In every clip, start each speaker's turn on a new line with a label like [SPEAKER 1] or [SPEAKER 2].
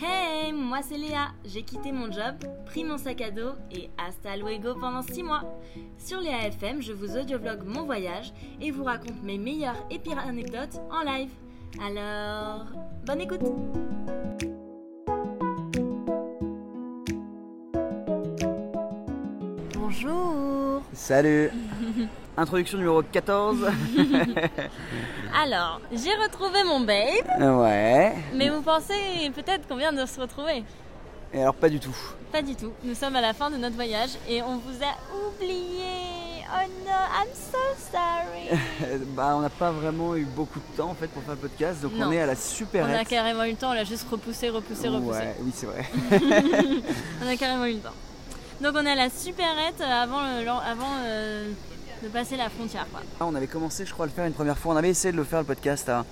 [SPEAKER 1] Hey, moi c'est Léa, j'ai quitté mon job, pris mon sac à dos et hasta luego pendant 6 mois. Sur Léa FM, je vous audiovlogue mon voyage et vous raconte mes meilleures et pires anecdotes en live. Alors, bonne écoute Bonjour
[SPEAKER 2] Salut Introduction numéro 14.
[SPEAKER 1] Alors, j'ai retrouvé mon babe,
[SPEAKER 2] Euh, ouais.
[SPEAKER 1] mais vous pensez peut-être qu'on vient de se retrouver
[SPEAKER 2] Et alors pas du tout.
[SPEAKER 1] Pas du tout. Nous sommes à la fin de notre voyage et on vous a oublié. Oh no, I'm so sorry.
[SPEAKER 2] Euh, bah on n'a pas vraiment eu beaucoup de temps en fait pour faire le podcast, donc
[SPEAKER 1] Non.
[SPEAKER 2] on est à la
[SPEAKER 1] on a
[SPEAKER 2] superette.
[SPEAKER 1] carrément eu le temps, on l'a juste repoussé, repoussé, repoussé.
[SPEAKER 2] Ouais, oui c'est vrai.
[SPEAKER 1] On a carrément eu le temps. Donc on est à la supérette euh, avant, le- avant euh, de passer la frontière. Quoi.
[SPEAKER 2] Ah, on avait commencé je crois à le faire une première fois, on avait essayé de le faire le podcast à,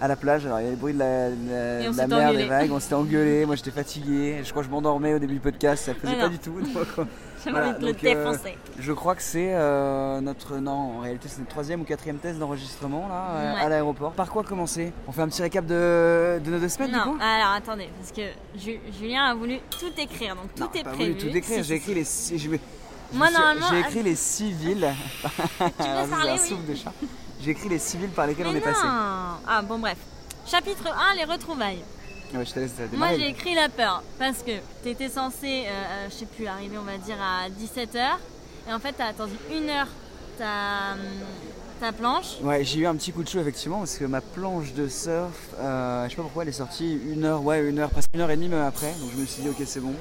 [SPEAKER 2] à la plage, alors il y avait le bruit de la, de la-
[SPEAKER 1] Et on
[SPEAKER 2] de la
[SPEAKER 1] s'était
[SPEAKER 2] mer,
[SPEAKER 1] engueulé.
[SPEAKER 2] des vagues, on s'était engueulé, moi j'étais fatigué, je crois que je m'endormais au début du podcast, ça faisait
[SPEAKER 1] Ouais,
[SPEAKER 2] pas
[SPEAKER 1] Ah non.
[SPEAKER 2] du tout. donc,
[SPEAKER 1] J'avais
[SPEAKER 2] Voilà,
[SPEAKER 1] envie de le
[SPEAKER 2] donc, euh,
[SPEAKER 1] défoncer.
[SPEAKER 2] Je crois que c'est euh, notre. Non, en réalité, c'est notre troisième ou quatrième test d'enregistrement là, euh,
[SPEAKER 1] Ouais.
[SPEAKER 2] à l'aéroport. Par quoi commencer On fait un petit récap de, de nos deux semaines du
[SPEAKER 1] Non, ah,
[SPEAKER 2] coup
[SPEAKER 1] alors attendez, parce que Ju- Julien a voulu tout écrire, donc tout
[SPEAKER 2] Non, j'ai
[SPEAKER 1] est
[SPEAKER 2] pas
[SPEAKER 1] prévu.
[SPEAKER 2] voulu tout décrire.
[SPEAKER 1] Si,
[SPEAKER 2] J'ai
[SPEAKER 1] si,
[SPEAKER 2] écrit les six. je me- je
[SPEAKER 1] Moi,
[SPEAKER 2] me suis-
[SPEAKER 1] normalement, ah,
[SPEAKER 2] J'ai écrit les six villes.
[SPEAKER 1] si. Tu
[SPEAKER 2] Alors,
[SPEAKER 1] peux
[SPEAKER 2] ça, c'est
[SPEAKER 1] parler,
[SPEAKER 2] un
[SPEAKER 1] oui.
[SPEAKER 2] souffle de chat. J'ai écrit les six villes par lesquelles
[SPEAKER 1] Mais
[SPEAKER 2] on est
[SPEAKER 1] non
[SPEAKER 2] passé.
[SPEAKER 1] Ah bon, bref. Chapitre 1, les retrouvailles.
[SPEAKER 2] Ouais, je te laisse
[SPEAKER 1] Moi
[SPEAKER 2] démarrer.
[SPEAKER 1] j'ai écrit la peur parce que t'étais censé, euh, euh, je sais plus, arriver on va dire à 17h et en fait t'as attendu une heure ta, hum, ta planche.
[SPEAKER 2] Ouais, j'ai eu un petit coup de chaud effectivement parce que ma planche de surf, euh, je sais pas pourquoi elle est sortie une heure, ouais une heure, presque une heure et demie même après, donc je me suis dit ok c'est bon.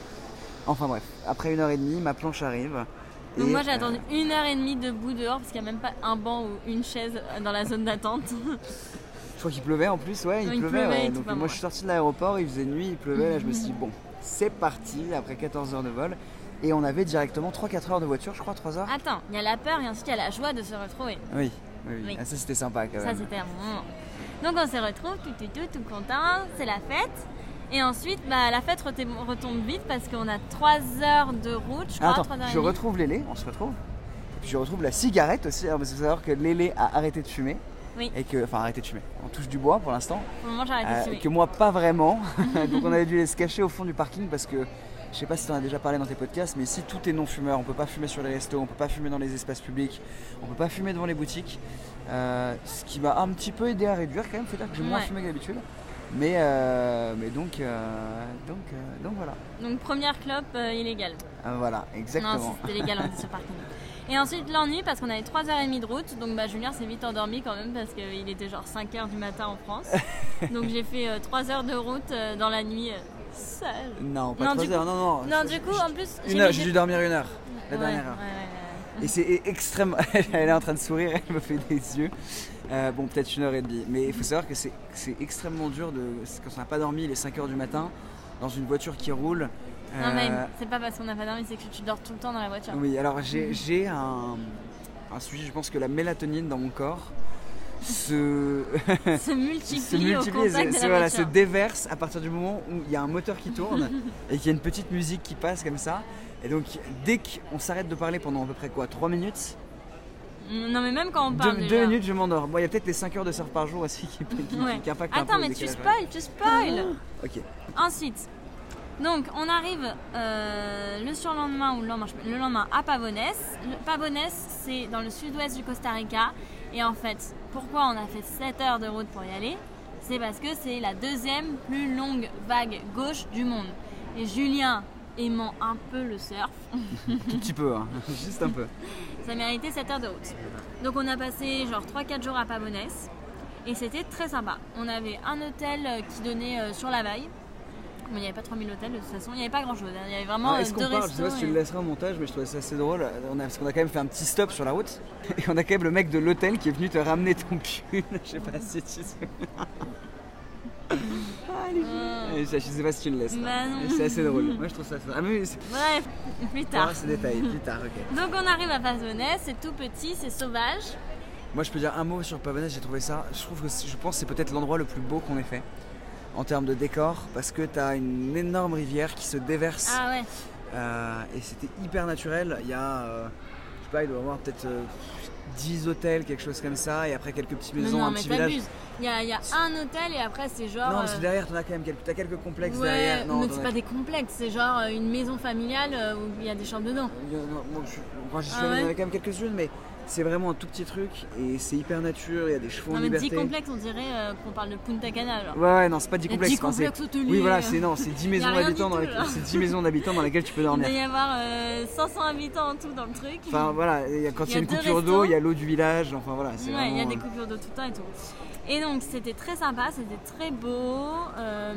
[SPEAKER 2] Enfin bref, après une heure et demie, ma planche arrive.
[SPEAKER 1] Donc
[SPEAKER 2] et,
[SPEAKER 1] moi j'ai
[SPEAKER 2] euh,
[SPEAKER 1] attendu une heure et demie debout dehors parce qu'il n'y a même pas un banc ou une chaise dans la zone d'attente.
[SPEAKER 2] Je crois qu'il pleuvait en plus, ouais, il,
[SPEAKER 1] Oui, il
[SPEAKER 2] pleuvait.
[SPEAKER 1] pleuvait Mhm.
[SPEAKER 2] ouais.
[SPEAKER 1] et tout,
[SPEAKER 2] Donc
[SPEAKER 1] pas
[SPEAKER 2] moi
[SPEAKER 1] moi.
[SPEAKER 2] je suis sorti de l'aéroport, il faisait nuit, il pleuvait, là je me suis dit bon, c'est parti après 14 heures de vol. Et on avait directement 3-4 heures de voiture, je crois, 3 heures.
[SPEAKER 1] Attends, il y a la peur et ensuite il y a la joie de se retrouver.
[SPEAKER 2] Oui, oui, oui.
[SPEAKER 1] Oui.
[SPEAKER 2] Ah, ça c'était sympa quand
[SPEAKER 1] Ça
[SPEAKER 2] même.
[SPEAKER 1] c'était un bon moment. Donc on se retrouve tout tout tout, tout content, c'est la fête. Et ensuite bah, la fête retom- retombe vite parce qu'on a 3 heures de route, je crois,
[SPEAKER 2] Ah, attends,
[SPEAKER 1] trois heures et
[SPEAKER 2] je
[SPEAKER 1] demie.
[SPEAKER 2] retrouve Lélé, on se retrouve. Puis je retrouve la cigarette aussi, alors, parce qu'il faut savoir que Lélé a arrêté de fumer.
[SPEAKER 1] Oui.
[SPEAKER 2] Et que, enfin arrêté de fumer, on touche du bois pour l'instant.
[SPEAKER 1] Pour le moment j'arrête
[SPEAKER 2] Euh,
[SPEAKER 1] de fumer.
[SPEAKER 2] que moi pas vraiment. Donc on avait dû les se cacher au fond du parking parce que je sais pas si tu en as déjà parlé dans tes podcasts, mais ici tout est non fumeur. On peut pas fumer sur les restos, on peut pas fumer dans les espaces publics, on peut pas fumer devant les boutiques. Euh, ce qui m'a un petit peu aidé à réduire quand même, faut dire que j'ai moins
[SPEAKER 1] Ouais.
[SPEAKER 2] fumé que d'habitude. Mais, euh, mais donc, euh, donc, euh, donc voilà.
[SPEAKER 1] Donc première clope euh, illégale.
[SPEAKER 2] Euh, voilà,
[SPEAKER 1] Non,
[SPEAKER 2] exactement.
[SPEAKER 1] si, c'était légal, on était sur parking. Et ensuite l'ennui parce qu'on avait 3h30 de route, donc bah, Julien s'est vite endormi quand même parce qu'il était genre 5h du matin en France. donc j'ai fait 3h de route euh, dans la nuit euh, seule.
[SPEAKER 2] Non, pas
[SPEAKER 1] Non,
[SPEAKER 2] trois
[SPEAKER 1] du
[SPEAKER 2] heures, non, non.
[SPEAKER 1] Non,
[SPEAKER 2] Je-
[SPEAKER 1] du coup
[SPEAKER 2] je-
[SPEAKER 1] en plus...
[SPEAKER 2] Oh, une
[SPEAKER 1] j'ai
[SPEAKER 2] heure,
[SPEAKER 1] mis
[SPEAKER 2] j'ai
[SPEAKER 1] des-
[SPEAKER 2] dû dormir une heure, la
[SPEAKER 1] Ouais,
[SPEAKER 2] dernière heure.
[SPEAKER 1] ouais, ouais,
[SPEAKER 2] Et c'est extrêmement. elle est en train de sourire, elle me fait des yeux. Euh, bon, peut-être une heure et demie. Mais il faut savoir que c'est c'est extrêmement dur de, c'est quand on n'a pas dormi, les 5 heures du matin, dans une voiture qui roule.
[SPEAKER 1] ouais. Non mais
[SPEAKER 2] Euh,
[SPEAKER 1] c'est pas parce qu'on n'a pas dormi, c'est que tu dors tout le temps dans la voiture.
[SPEAKER 2] Oui, alors j'ai j'ai un, un souci, je pense que la mélatonine dans mon corps se,
[SPEAKER 1] Se multiplie,
[SPEAKER 2] se
[SPEAKER 1] au
[SPEAKER 2] multiplie, et se-
[SPEAKER 1] contact de
[SPEAKER 2] se-
[SPEAKER 1] la
[SPEAKER 2] voilà, se
[SPEAKER 1] voiture.
[SPEAKER 2] déverse à partir du moment où il y a un moteur qui tourne et qu'il y a une petite musique qui passe comme ça. Et donc, dès qu'on s'arrête de parler pendant à peu près quoi 3 minutes,
[SPEAKER 1] Non mais même quand on parle
[SPEAKER 2] Deux, deux
[SPEAKER 1] déjà.
[SPEAKER 2] minutes, je m'endors. Bon, il y a peut-être les 5 heures de surf par jour aussi qui, qui, qui-
[SPEAKER 1] Ouais.
[SPEAKER 2] qui impactent un peu.
[SPEAKER 1] Attends
[SPEAKER 2] le
[SPEAKER 1] mais tu
[SPEAKER 2] décalage
[SPEAKER 1] spoil, tu spoil
[SPEAKER 2] horaire. Ok.
[SPEAKER 1] Ensuite, donc on arrive euh, le surlendemain ou le lendemain, je sais pas, le lendemain à Pavones. Le- Pavones, c'est dans le sud-ouest du Costa Rica. Et en fait, pourquoi on a fait 7 heures de route pour y aller C'est parce que c'est la deuxième plus longue vague gauche du monde. Et Julien aimant un peu le surf,
[SPEAKER 2] Tout petit peu, hein. juste un peu.
[SPEAKER 1] ça méritait 7 heures de route. Donc on a passé genre 3-4 jours à Pavones et c'était très sympa. On avait un hôtel euh, qui donnait euh, sur la vaille. Bon, il n'y avait pas 3000 hôtels de toute façon, il n'y avait pas grand chose. Il y avait vraiment euh,
[SPEAKER 2] Alors, Ah, Est-ce qu'on
[SPEAKER 1] deux
[SPEAKER 2] parle Je sais
[SPEAKER 1] restos.
[SPEAKER 2] pas si tu
[SPEAKER 1] et-
[SPEAKER 2] le laisseras au montage, mais je trouvais ça assez drôle. On a, parce qu'on a quand même fait un petit stop sur la route. Et on a quand même le mec de l'hôtel qui est venu te ramener ton cul. je sais pas si tu sais. Ah, elle est
[SPEAKER 1] Euh,
[SPEAKER 2] géniale. Je je sais pas si tu le laisses. là.
[SPEAKER 1] Bah non.
[SPEAKER 2] C'est assez drôle. Moi je trouve ça. ça- Ah, mais c'est-
[SPEAKER 1] Bref, plus
[SPEAKER 2] on va
[SPEAKER 1] tard.
[SPEAKER 2] voir ce détail plus tard, ok.
[SPEAKER 1] Donc on arrive à Pavones, c'est tout petit, c'est sauvage.
[SPEAKER 2] Moi, je peux dire un mot sur Pavones, j'ai trouvé ça. Je trouve que c'est- je pense que c'est peut-être l'endroit le plus beau qu'on ait fait en termes de décor parce que t'as une énorme rivière qui se déverse
[SPEAKER 1] Ah ouais,
[SPEAKER 2] euh, et c'était hyper naturel. Il y a, euh, je sais pas, il doit y avoir peut-être euh, 10 hôtels, quelque chose comme ça, et après quelques petites
[SPEAKER 1] Mais
[SPEAKER 2] maisons,
[SPEAKER 1] non,
[SPEAKER 2] un
[SPEAKER 1] mais
[SPEAKER 2] petit village.
[SPEAKER 1] t'abuses. Il y, a- il y a un hôtel et après c'est genre.
[SPEAKER 2] Non, parce
[SPEAKER 1] euh,
[SPEAKER 2] que derrière, t'en as quand même quelques, t'as quelques complexes
[SPEAKER 1] ouais,
[SPEAKER 2] derrière. Non,
[SPEAKER 1] mais
[SPEAKER 2] t'en
[SPEAKER 1] c'est
[SPEAKER 2] as-
[SPEAKER 1] pas des complexes, c'est genre euh, une maison familiale euh, où il y a des chambres dedans.
[SPEAKER 2] Il y en a- moi, je- quand j'y suis
[SPEAKER 1] Ah
[SPEAKER 2] allé, il y en
[SPEAKER 1] ouais
[SPEAKER 2] avait quand même quelques-unes, mais c'est vraiment un tout petit truc et c'est hyper nature. Il y a des chevaux
[SPEAKER 1] non,
[SPEAKER 2] en
[SPEAKER 1] mais 10
[SPEAKER 2] liberté.
[SPEAKER 1] complexes, on dirait euh, qu'on parle de Punta Cana. Genre.
[SPEAKER 2] Ouais, ouais, non, c'est pas 10
[SPEAKER 1] Il y a
[SPEAKER 2] complexes.
[SPEAKER 1] 10
[SPEAKER 2] enfin, c'est-
[SPEAKER 1] complexes hôteliers.
[SPEAKER 2] Oui, voilà, c'est non, c'est 10
[SPEAKER 1] y a
[SPEAKER 2] maisons
[SPEAKER 1] rien du
[SPEAKER 2] d'habitants
[SPEAKER 1] tout,
[SPEAKER 2] dans lesquelles,
[SPEAKER 1] là.
[SPEAKER 2] c'est 10 maisons d'habitants dans lesquelles tu peux
[SPEAKER 1] Il
[SPEAKER 2] dormir.
[SPEAKER 1] doit y avoir euh, 500 habitants en tout dans le truc.
[SPEAKER 2] Enfin voilà, il y a- quand il y a
[SPEAKER 1] Il
[SPEAKER 2] une
[SPEAKER 1] y a deux
[SPEAKER 2] coupure d'eau,
[SPEAKER 1] restos.
[SPEAKER 2] il y a l'eau du village, enfin voilà, c'est
[SPEAKER 1] Ouais,
[SPEAKER 2] vraiment... euh,
[SPEAKER 1] il y a des coupures de tout temps et tout. Et donc c'était très sympa, c'était très beau. Euh,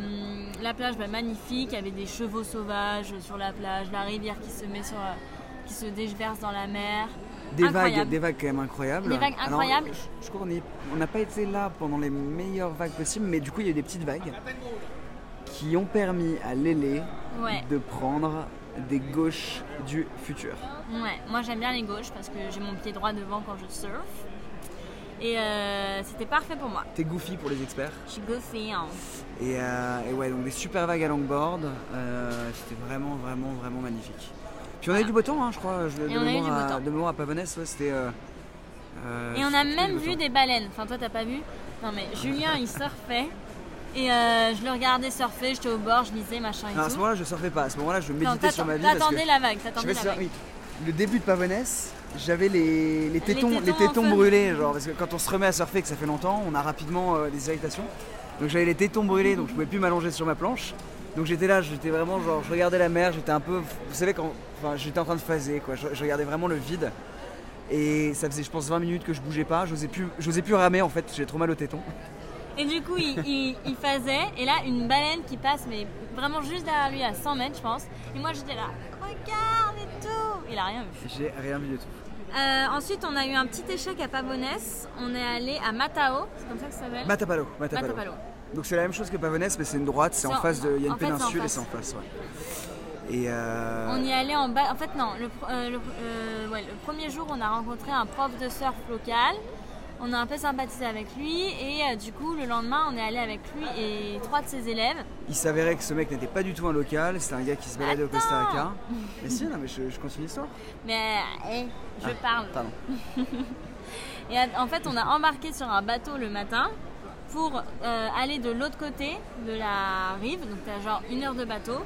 [SPEAKER 1] la plage bah, magnifique, il y avait des chevaux sauvages sur la plage, la rivière qui se met sur, euh, qui se déverse dans la mer.
[SPEAKER 2] Des vagues,
[SPEAKER 1] incroyables.
[SPEAKER 2] des vagues quand même incroyables.
[SPEAKER 1] Des vagues
[SPEAKER 2] Alors,
[SPEAKER 1] incroyables.
[SPEAKER 2] je, je crois qu'on est- on n'a pas été là pendant les meilleures vagues possibles, mais du coup il y a eu des petites vagues qui ont permis à Lélé
[SPEAKER 1] Ouais,
[SPEAKER 2] de prendre des gauches du futur.
[SPEAKER 1] ouais. Moi j'aime bien les gauches parce que j'ai mon pied droit devant quand je surfe. Et euh, c'était parfait pour moi.
[SPEAKER 2] T'es goofy pour les experts.
[SPEAKER 1] Je suis goffée. hein.
[SPEAKER 2] Et, euh, et ouais, donc des super vagues à longboard. euh, C'était vraiment, vraiment, vraiment magnifique. Puis on a eu du beau temps, hein, je crois. Je,
[SPEAKER 1] Et on a eu
[SPEAKER 2] mémoire
[SPEAKER 1] du beau
[SPEAKER 2] à-
[SPEAKER 1] temps.
[SPEAKER 2] de mémoire à Pavonès, ouais, c'était. euh, euh,
[SPEAKER 1] Et on a
[SPEAKER 2] c'était du
[SPEAKER 1] même
[SPEAKER 2] beau
[SPEAKER 1] vu
[SPEAKER 2] temps.
[SPEAKER 1] des baleines. Enfin, toi, t'as pas vu Non, mais Julien, il surfait. Et euh, je le regardais surfer, j'étais au bord, je lisais, machin et
[SPEAKER 2] Non, à ce
[SPEAKER 1] tout.
[SPEAKER 2] moment-là, je surfais pas. À ce moment-là, Ah, je méditais
[SPEAKER 1] t'attends-
[SPEAKER 2] sur ma vie. parce que-
[SPEAKER 1] T'attendais la vague,
[SPEAKER 2] Je sais
[SPEAKER 1] t'attendais
[SPEAKER 2] pas
[SPEAKER 1] la
[SPEAKER 2] si ça-
[SPEAKER 1] vague.
[SPEAKER 2] oui. Le début de Pavonès, j'avais les, les tétons, les
[SPEAKER 1] tétons en
[SPEAKER 2] tétons
[SPEAKER 1] feu.
[SPEAKER 2] brûlés, genre parce que quand on se remet à surfer, et que ça fait longtemps, on a rapidement euh, des irritations. Donc j'avais les tétons brûlés, donc je pouvais plus m'allonger sur ma planche. Donc j'étais là, j'étais vraiment genre, je regardais la mer, j'étais un peu, vous savez quand, enfin j'étais en train de phaser quoi. Je, je regardais vraiment le vide. Et ça faisait je pense 20 minutes que je bougeais pas, j'osais plus, j'osais plus ramer en fait, j'ai trop mal aux tétons.
[SPEAKER 1] Et du coup, il, il, il faisait. Et là, une baleine qui passe, mais vraiment juste derrière lui, à 100 mètres, je pense. Et moi, j'étais là, regarde et tout. Il a rien vu.
[SPEAKER 2] J'ai rien vu du tout.
[SPEAKER 1] Euh, ensuite, on a eu un petit échec à Pavonès. On est allé à Matao, c'est comme ça que ça s'appelle
[SPEAKER 2] Matapalo, Matapalo.
[SPEAKER 1] Matapalo.
[SPEAKER 2] Donc c'est la même chose que Pavonès, mais c'est une droite, c'est en
[SPEAKER 1] C'est en-
[SPEAKER 2] face de, il y a une
[SPEAKER 1] en fait, c'est en
[SPEAKER 2] péninsule et
[SPEAKER 1] face.
[SPEAKER 2] c'est en face. ouais. Et euh,
[SPEAKER 1] On y allait en bas. En fait, non. Le, pr- euh, le- euh, ouais, le premier jour, on a rencontré un prof de surf local. On a un peu sympathisé avec lui. Et euh, du coup, le lendemain, on est allé avec lui et trois de ses élèves.
[SPEAKER 2] Il s'avérait que ce mec n'était pas du tout un local, c'était un gars qui se baladait au Costa Rica. Mais si, non, mais je, je continue l'histoire. Ah,
[SPEAKER 1] Mais euh, hé, je parle.
[SPEAKER 2] Pardon.
[SPEAKER 1] Et euh, en fait, on a embarqué sur un bateau le matin pour euh, aller de l'autre côté de la rive. Donc, t'as genre une heure de bateau.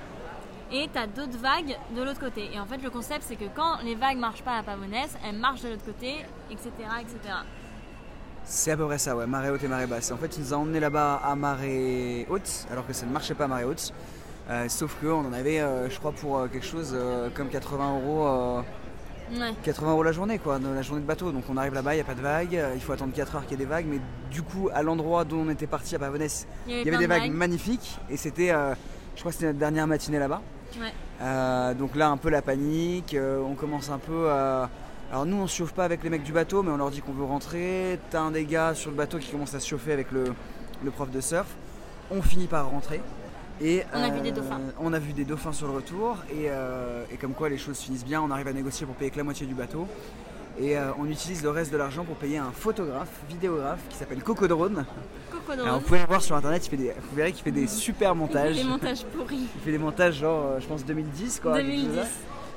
[SPEAKER 1] Et t'as d'autres vagues de l'autre côté. Et en fait, le concept, c'est que quand les vagues marchent pas à Pavonès, elles marchent de l'autre côté, etc., etc.
[SPEAKER 2] C'est à peu près ça, ouais, marée haute et marée basse. Et en fait, il nous a emmenés là-bas à marée haute, alors que ça ne marchait pas à marée haute. Euh, sauf qu'on en avait, euh, je crois, pour euh, quelque chose euh, comme 80 euros. euh,
[SPEAKER 1] Ouais.
[SPEAKER 2] 80 euros la journée, quoi, de la journée de bateau. Donc on arrive là-bas, il n'y a pas de vagues, euh, il faut attendre 4 heures qu'il y ait des vagues. Mais du coup, à l'endroit d'où on était parti à Pavonès,
[SPEAKER 1] Il y avait,
[SPEAKER 2] il y avait
[SPEAKER 1] plein de
[SPEAKER 2] des vagues magnifiques. Et c'était, euh, je crois que c'était notre dernière matinée là-bas.
[SPEAKER 1] Ouais.
[SPEAKER 2] Euh, donc là, un peu la panique, euh, on commence un peu à. Alors nous, on se chauffe pas avec les mecs du bateau, mais on leur dit qu'on veut rentrer. T'as un des gars sur le bateau qui commence à se chauffer avec le, le prof de surf. On finit par rentrer. Et, euh,
[SPEAKER 1] On a vu des dauphins.
[SPEAKER 2] On a vu des dauphins sur le retour. Et, euh, et comme quoi les choses finissent bien, on arrive à négocier pour payer que la moitié du bateau. Et euh, on utilise le reste de l'argent pour payer un photographe, vidéographe qui s'appelle Cocodrone.
[SPEAKER 1] Cocodrone.
[SPEAKER 2] Alors vous pouvez le voir sur internet, il fait des, vous verrez qu'il fait des super montages.
[SPEAKER 1] Des montages pourris.
[SPEAKER 2] Il fait des montages genre, euh, je pense 2010 quoi. quelque chose
[SPEAKER 1] 2010.
[SPEAKER 2] là.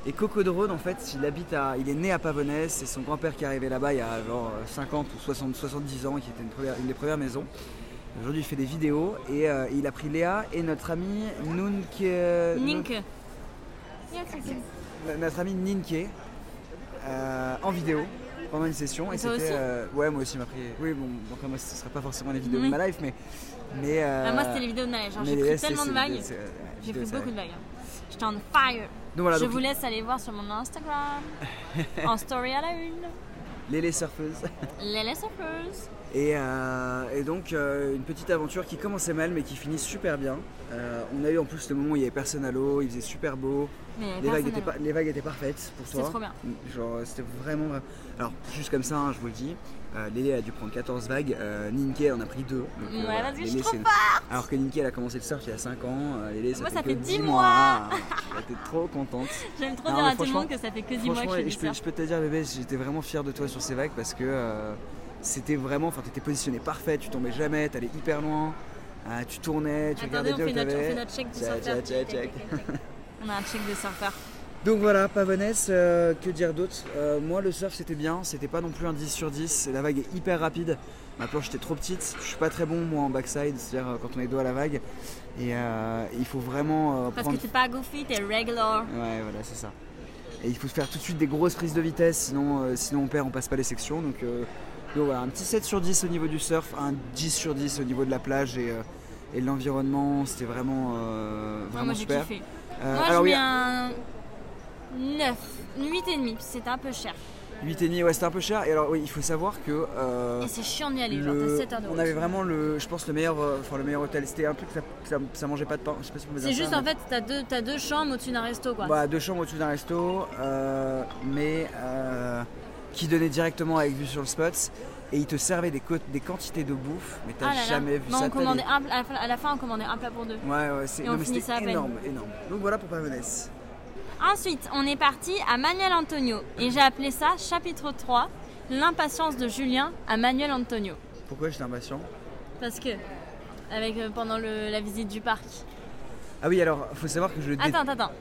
[SPEAKER 2] Et Cocodrone en fait, il habite à, il est né à Pavonès. C'est son grand-père qui est arrivé là-bas il y a genre euh, 50 ou 60, 70 ans, qui était une, première- une des premières maisons. Aujourd'hui, il fait des vidéos et euh, il a pris Léa et notre ami Nunke,
[SPEAKER 1] Nink.
[SPEAKER 2] no- notre ami Ninke euh, en vidéo pendant une session.
[SPEAKER 1] Et toi
[SPEAKER 2] c'était,
[SPEAKER 1] aussi
[SPEAKER 2] euh, ouais, moi aussi, il m'a pris. Oui, bon, bon, après, moi, ce serait pas forcément les vidéos
[SPEAKER 1] Oui.
[SPEAKER 2] de ma life, mais, mais. euh,
[SPEAKER 1] Ah, moi, c'était les vidéos de neige. hein. J'ai
[SPEAKER 2] mais
[SPEAKER 1] pris
[SPEAKER 2] ouais, c'est-
[SPEAKER 1] tellement de
[SPEAKER 2] c'est-
[SPEAKER 1] vagues.
[SPEAKER 2] c'est- ouais,
[SPEAKER 1] J'ai
[SPEAKER 2] vidéo,
[SPEAKER 1] pris
[SPEAKER 2] c'est
[SPEAKER 1] beaucoup
[SPEAKER 2] vrai.
[SPEAKER 1] de vagues. hein. J'étais on fire.
[SPEAKER 2] Donc voilà,
[SPEAKER 1] Je
[SPEAKER 2] donc,
[SPEAKER 1] vous laisse aller voir sur mon Instagram. en story à la une.
[SPEAKER 2] les, les surfeuses.
[SPEAKER 1] Les les surfeuses.
[SPEAKER 2] Et, euh, et donc euh, une petite aventure qui commençait mal mais qui finit super bien. Euh, on a eu en plus le moment où il n'y avait personne à l'eau, il faisait super beau,
[SPEAKER 1] Mais
[SPEAKER 2] les vagues,
[SPEAKER 1] personne
[SPEAKER 2] étaient
[SPEAKER 1] n'a-
[SPEAKER 2] pas- les vagues étaient parfaites pour toi.
[SPEAKER 1] C'était trop bien.
[SPEAKER 2] Genre euh, c'était vraiment... vra- Alors juste comme ça, hein, je vous le dis, euh, Lélé a dû prendre 14 vagues, euh, Ninke elle en a pris euh, 2.
[SPEAKER 1] Ouais, parce que je suis trop
[SPEAKER 2] Alors que Ninke elle a commencé le surf il y a 5 ans, euh, Lélé ça
[SPEAKER 1] Moi,
[SPEAKER 2] fait,
[SPEAKER 1] ça
[SPEAKER 2] que
[SPEAKER 1] fait
[SPEAKER 2] 10
[SPEAKER 1] 10
[SPEAKER 2] mois. Elle était trop contente.
[SPEAKER 1] J'aime trop
[SPEAKER 2] Non,
[SPEAKER 1] dire
[SPEAKER 2] mais
[SPEAKER 1] à tout le
[SPEAKER 2] franchement-
[SPEAKER 1] monde que ça fait que 10 mois que
[SPEAKER 2] Franchement,
[SPEAKER 1] je
[SPEAKER 2] je,
[SPEAKER 1] suis
[SPEAKER 2] peux,
[SPEAKER 1] sur
[SPEAKER 2] je peux te dire, bébé, j'étais vraiment fier de toi sur ces vagues parce que euh, c'était vraiment. Enfin, t'étais positionné parfait, tu tombais jamais, t'allais hyper loin, euh, tu tournais, tu
[SPEAKER 1] Attendez, on fait,
[SPEAKER 2] regardais bien où
[SPEAKER 1] notre, on fait
[SPEAKER 2] t'avais.
[SPEAKER 1] notre check du
[SPEAKER 2] Check,
[SPEAKER 1] surfeur.
[SPEAKER 2] check, check, check.
[SPEAKER 1] On a un check de surfeur.
[SPEAKER 2] Donc voilà, Pavonès, euh, que dire d'autre Euh, Moi, le surf, c'était bien. C'était pas non plus un 10 sur 10. La vague est hyper rapide. Ma planche était trop petite. Je suis pas très bon, moi, en backside, c'est-à-dire euh, quand on est dos à la vague. Et euh, il faut vraiment euh,
[SPEAKER 1] Parce que
[SPEAKER 2] prendre.
[SPEAKER 1] t'es pas goofy, t'es regular.
[SPEAKER 2] Ouais, voilà, c'est ça. Et il faut faire tout de suite des grosses prises de vitesse, sinon, euh, sinon on perd, on passe pas les sections. Donc, euh, donc voilà, un petit 7 sur 10 au niveau du surf, un 10 sur 10 au niveau de la plage et, euh, et de l'environnement. C'était vraiment, euh,
[SPEAKER 1] Ouais,
[SPEAKER 2] vraiment
[SPEAKER 1] moi j'ai
[SPEAKER 2] super.
[SPEAKER 1] kiffé.
[SPEAKER 2] Euh,
[SPEAKER 1] moi
[SPEAKER 2] alors
[SPEAKER 1] je
[SPEAKER 2] oui,
[SPEAKER 1] mets un 9, 8,5, c'est un peu cher.
[SPEAKER 2] 8,5, ouais, c'était un peu cher. Et alors oui, il faut savoir que... euh,
[SPEAKER 1] Et c'est chiant d'y aller,
[SPEAKER 2] le-
[SPEAKER 1] genre t'as 7 heures de
[SPEAKER 2] on
[SPEAKER 1] route.
[SPEAKER 2] avait vraiment le, je pense le meilleur, euh, enfin le meilleur hôtel. C'était un truc ça, ça, ça mangeait pas de pain. Je sais pas si on peut
[SPEAKER 1] C'est
[SPEAKER 2] dire
[SPEAKER 1] juste
[SPEAKER 2] ça,
[SPEAKER 1] en fait, t'as deux, t'as deux chambres au-dessus d'un resto quoi.
[SPEAKER 2] Bah, deux chambres au-dessus d'un resto, euh, mais euh, qui donnait directement avec vue sur le spot. Et ils te servaient des, co- des quantités de bouffe, mais t'as
[SPEAKER 1] Ah là là.
[SPEAKER 2] jamais vu
[SPEAKER 1] Non,
[SPEAKER 2] ça.
[SPEAKER 1] on
[SPEAKER 2] de ta
[SPEAKER 1] commandait
[SPEAKER 2] vie.
[SPEAKER 1] un pla- à la fin- à la fin, on commandait un plat pour deux.
[SPEAKER 2] Ouais, ouais, c'est
[SPEAKER 1] Et
[SPEAKER 2] non,
[SPEAKER 1] on
[SPEAKER 2] mais
[SPEAKER 1] finissait
[SPEAKER 2] c'était
[SPEAKER 1] à peine.
[SPEAKER 2] énorme, énorme. Donc voilà pour Pavonès.
[SPEAKER 1] Ensuite, on est parti à Manuel Antonio et j'ai appelé ça chapitre 3, l'impatience de Julien à Manuel Antonio.
[SPEAKER 2] Pourquoi j'étais impatient
[SPEAKER 1] Parce que, avec, euh, pendant le- la visite du parc.
[SPEAKER 2] Ah oui, alors faut savoir que je. dé-
[SPEAKER 1] Attends, attends,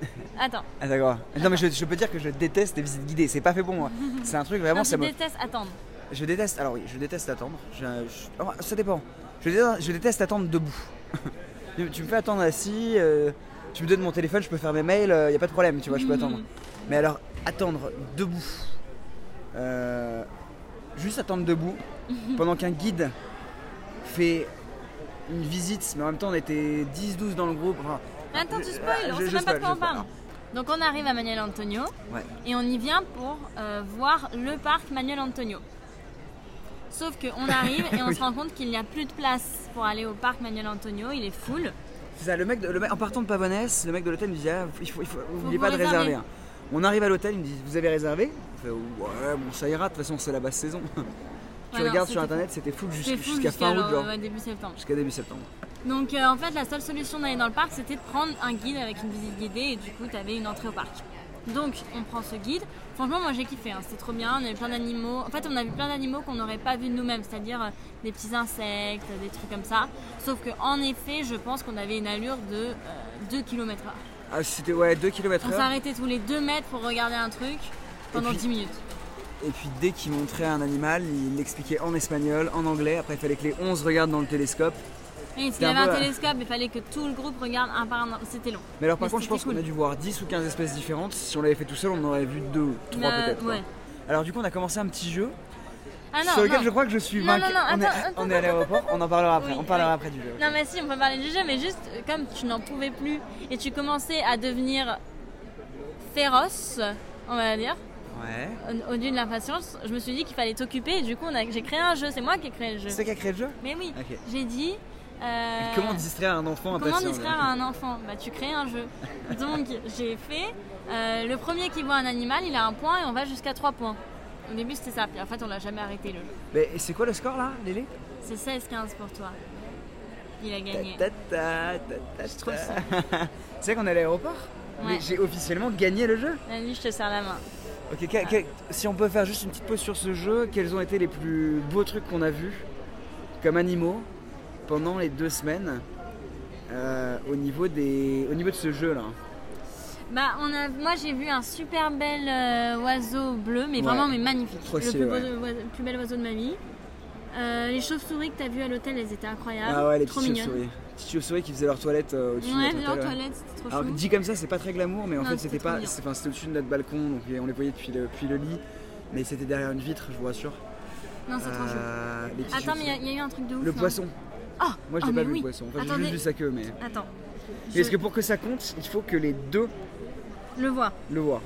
[SPEAKER 1] attends.
[SPEAKER 2] Ah d'accord. Non mais je, je peux dire que je déteste les visites guidées. C'est pas fait pour moi. C'est un truc vraiment.
[SPEAKER 1] Non,
[SPEAKER 2] ça
[SPEAKER 1] tu
[SPEAKER 2] me-
[SPEAKER 1] détestes attendre.
[SPEAKER 2] Je déteste. Alors oui, je déteste attendre. Je- je- oh, ça dépend. Je déteste, je déteste attendre debout. tu, tu me fais attendre assis. euh, tu me donnes mon téléphone, je peux faire mes mails. Il n'y a pas de problème, tu vois, je peux
[SPEAKER 1] Mhm.
[SPEAKER 2] attendre. Mais alors attendre debout. euh, juste attendre debout pendant qu'un guide fait une visite, mais en même temps on était 10-12 dans le groupe. Enfin,
[SPEAKER 1] Mais attends, tu
[SPEAKER 2] Ah, je-
[SPEAKER 1] spoil, on
[SPEAKER 2] je-
[SPEAKER 1] sait
[SPEAKER 2] je
[SPEAKER 1] même pas de
[SPEAKER 2] spoil,
[SPEAKER 1] quoi on
[SPEAKER 2] je spoil.
[SPEAKER 1] parle. Donc on arrive à Manuel Antonio
[SPEAKER 2] Ouais.
[SPEAKER 1] et on y vient pour euh, voir le parc Manuel Antonio. Sauf qu'on arrive et on
[SPEAKER 2] Oui.
[SPEAKER 1] se rend compte qu'il n'y a plus de place pour aller au parc Manuel Antonio, il est full.
[SPEAKER 2] C'est ça, le mec, de- le mec- en partant de Pavonès, le mec de l'hôtel nous dit ah, il faut, il faut, n'oubliez
[SPEAKER 1] vous
[SPEAKER 2] pas de
[SPEAKER 1] réserver.
[SPEAKER 2] réserver. hein. On arrive à l'hôtel, il me dit Vous avez réservé On fait Ouais, bon, ça ira, de toute façon, c'est la basse saison. tu
[SPEAKER 1] Ouais, non,
[SPEAKER 2] regardes sur
[SPEAKER 1] c'était-
[SPEAKER 2] internet, c'était full
[SPEAKER 1] C'est
[SPEAKER 2] jusqu-
[SPEAKER 1] full
[SPEAKER 2] jusqu'à fin août,
[SPEAKER 1] genre,
[SPEAKER 2] genre,
[SPEAKER 1] ouais, début septembre.
[SPEAKER 2] jusqu'à début septembre.
[SPEAKER 1] Donc euh, en fait, la seule solution d'aller dans le parc, c'était de prendre un guide avec une visite guidée et du coup, tu avais une entrée au parc. Donc on prend ce guide. Franchement, moi j'ai kiffé, hein. c'était trop bien. On avait plein d'animaux. En fait, on a vu plein d'animaux qu'on n'aurait pas vu de nous-mêmes, c'est-à-dire euh, des petits insectes, des trucs comme ça. Sauf que en effet, je pense qu'on avait une allure de euh, 2 km/h.
[SPEAKER 2] Ah, c'était ouais, 2 km
[SPEAKER 1] On s'arrêtait tous les 2 mètres pour regarder un truc pendant
[SPEAKER 2] puis-
[SPEAKER 1] 10 minutes.
[SPEAKER 2] Et puis dès qu'il montrait un animal, il l'expliquait en espagnol, en anglais. Après, il fallait que les 11 regardent dans le télescope.
[SPEAKER 1] Et il y
[SPEAKER 2] c'était un
[SPEAKER 1] avait un
[SPEAKER 2] peu, euh,
[SPEAKER 1] télescope, il fallait que tout le groupe regarde un par un. C'était long.
[SPEAKER 2] Mais alors, par
[SPEAKER 1] Mais
[SPEAKER 2] contre, je
[SPEAKER 1] c'était
[SPEAKER 2] pense qu'on
[SPEAKER 1] cool.
[SPEAKER 2] a dû voir 10 ou 15 espèces différentes. Si on l'avait fait tout seul, on en aurait vu 2 ou 3
[SPEAKER 1] Mais, euh,
[SPEAKER 2] peut-être. quoi.
[SPEAKER 1] ouais.
[SPEAKER 2] Alors, du coup, on a commencé un petit jeu.
[SPEAKER 1] Ah non,
[SPEAKER 2] sur lequel
[SPEAKER 1] non.
[SPEAKER 2] je crois que je suis
[SPEAKER 1] Non,
[SPEAKER 2] vainqueur.
[SPEAKER 1] non, non,
[SPEAKER 2] on, est,
[SPEAKER 1] attends, attends,
[SPEAKER 2] on est à l'aéroport, on en parlera après.
[SPEAKER 1] Oui,
[SPEAKER 2] on parlera
[SPEAKER 1] oui.
[SPEAKER 2] après du jeu.
[SPEAKER 1] Non mais si, on peut parler du jeu, mais juste euh, comme tu n'en pouvais plus et tu commençais à devenir féroce, on va dire,
[SPEAKER 2] Ouais.
[SPEAKER 1] au- au-delà de l'impatience, je me suis dit qu'il fallait t'occuper et du coup on a- j'ai créé un jeu, c'est moi qui ai créé le jeu.
[SPEAKER 2] C'est toi qui a créé le jeu
[SPEAKER 1] Mais oui,
[SPEAKER 2] Ok.
[SPEAKER 1] j'ai dit... euh,
[SPEAKER 2] Comment distraire un enfant
[SPEAKER 1] comment
[SPEAKER 2] impatient
[SPEAKER 1] distraire un enfant Bah tu crées un jeu. Donc j'ai fait, euh, le premier qui voit un animal, il a un point et on va jusqu'à 3 points. Au début c'était ça, puis en fait on l'a jamais arrêté le jeu.
[SPEAKER 2] Mais c'est quoi le score là, Lélé
[SPEAKER 1] C'est 16-15 pour toi. Il a
[SPEAKER 2] Ta,
[SPEAKER 1] gagné.
[SPEAKER 2] ta, ta, ta, ta,
[SPEAKER 1] Je trouve
[SPEAKER 2] ta.
[SPEAKER 1] ça.
[SPEAKER 2] Tu sais qu'on est à l'aéroport Mais
[SPEAKER 1] Ouais.
[SPEAKER 2] J'ai officiellement gagné le jeu.
[SPEAKER 1] Lali, je te serre la main.
[SPEAKER 2] Ok, que- que-
[SPEAKER 1] Ah.
[SPEAKER 2] si on peut faire juste une petite pause sur ce jeu, quels ont été les plus beaux trucs qu'on a vus comme animaux pendant les deux semaines euh, au, niveau des, au niveau de ce jeu là
[SPEAKER 1] Bah, on a, moi j'ai vu un super bel euh, oiseau bleu, mais
[SPEAKER 2] Ouais.
[SPEAKER 1] vraiment mais magnifique.
[SPEAKER 2] Trop
[SPEAKER 1] le
[SPEAKER 2] stylé,
[SPEAKER 1] plus, beau-
[SPEAKER 2] ouais.
[SPEAKER 1] oise- plus bel oiseau de ma vie. Euh, les chauves-souris que t'as vues à l'hôtel, elles étaient incroyables.
[SPEAKER 2] Ah ouais, les
[SPEAKER 1] trop
[SPEAKER 2] petites
[SPEAKER 1] mignonnes.
[SPEAKER 2] chauves-souris. Petites chauves-souris qui faisaient leur toilette euh, au-dessus de
[SPEAKER 1] Ouais,
[SPEAKER 2] notre
[SPEAKER 1] leur
[SPEAKER 2] hôtel, ouais.
[SPEAKER 1] toilette, c'était trop
[SPEAKER 2] Alors
[SPEAKER 1] chou.
[SPEAKER 2] dit comme ça, c'est pas très glamour, mais en
[SPEAKER 1] Non,
[SPEAKER 2] fait
[SPEAKER 1] c'était
[SPEAKER 2] c'était
[SPEAKER 1] trop
[SPEAKER 2] pas,
[SPEAKER 1] mignon.
[SPEAKER 2] c'est- enfin, c'était au-dessus de notre balcon, donc on les voyait depuis le, depuis le lit, mais c'était derrière une vitre, je vous rassure.
[SPEAKER 1] Non, c'est trop chou.
[SPEAKER 2] Euh, les petits
[SPEAKER 1] Attends,
[SPEAKER 2] chauves-
[SPEAKER 1] mais il y, a- il y a eu un truc de ouf.
[SPEAKER 2] le
[SPEAKER 1] non
[SPEAKER 2] poisson.
[SPEAKER 1] Ah,
[SPEAKER 2] Moi, je
[SPEAKER 1] ah,
[SPEAKER 2] l'ai pas
[SPEAKER 1] mais
[SPEAKER 2] vu
[SPEAKER 1] oui.
[SPEAKER 2] le poisson. Enfin, j'ai
[SPEAKER 1] Attendez.
[SPEAKER 2] juste vu sa queue, mais.
[SPEAKER 1] Attends.
[SPEAKER 2] Mais Est-ce
[SPEAKER 1] Je
[SPEAKER 2] que pour que ça compte, il faut que les deux
[SPEAKER 1] le vois.
[SPEAKER 2] le voient.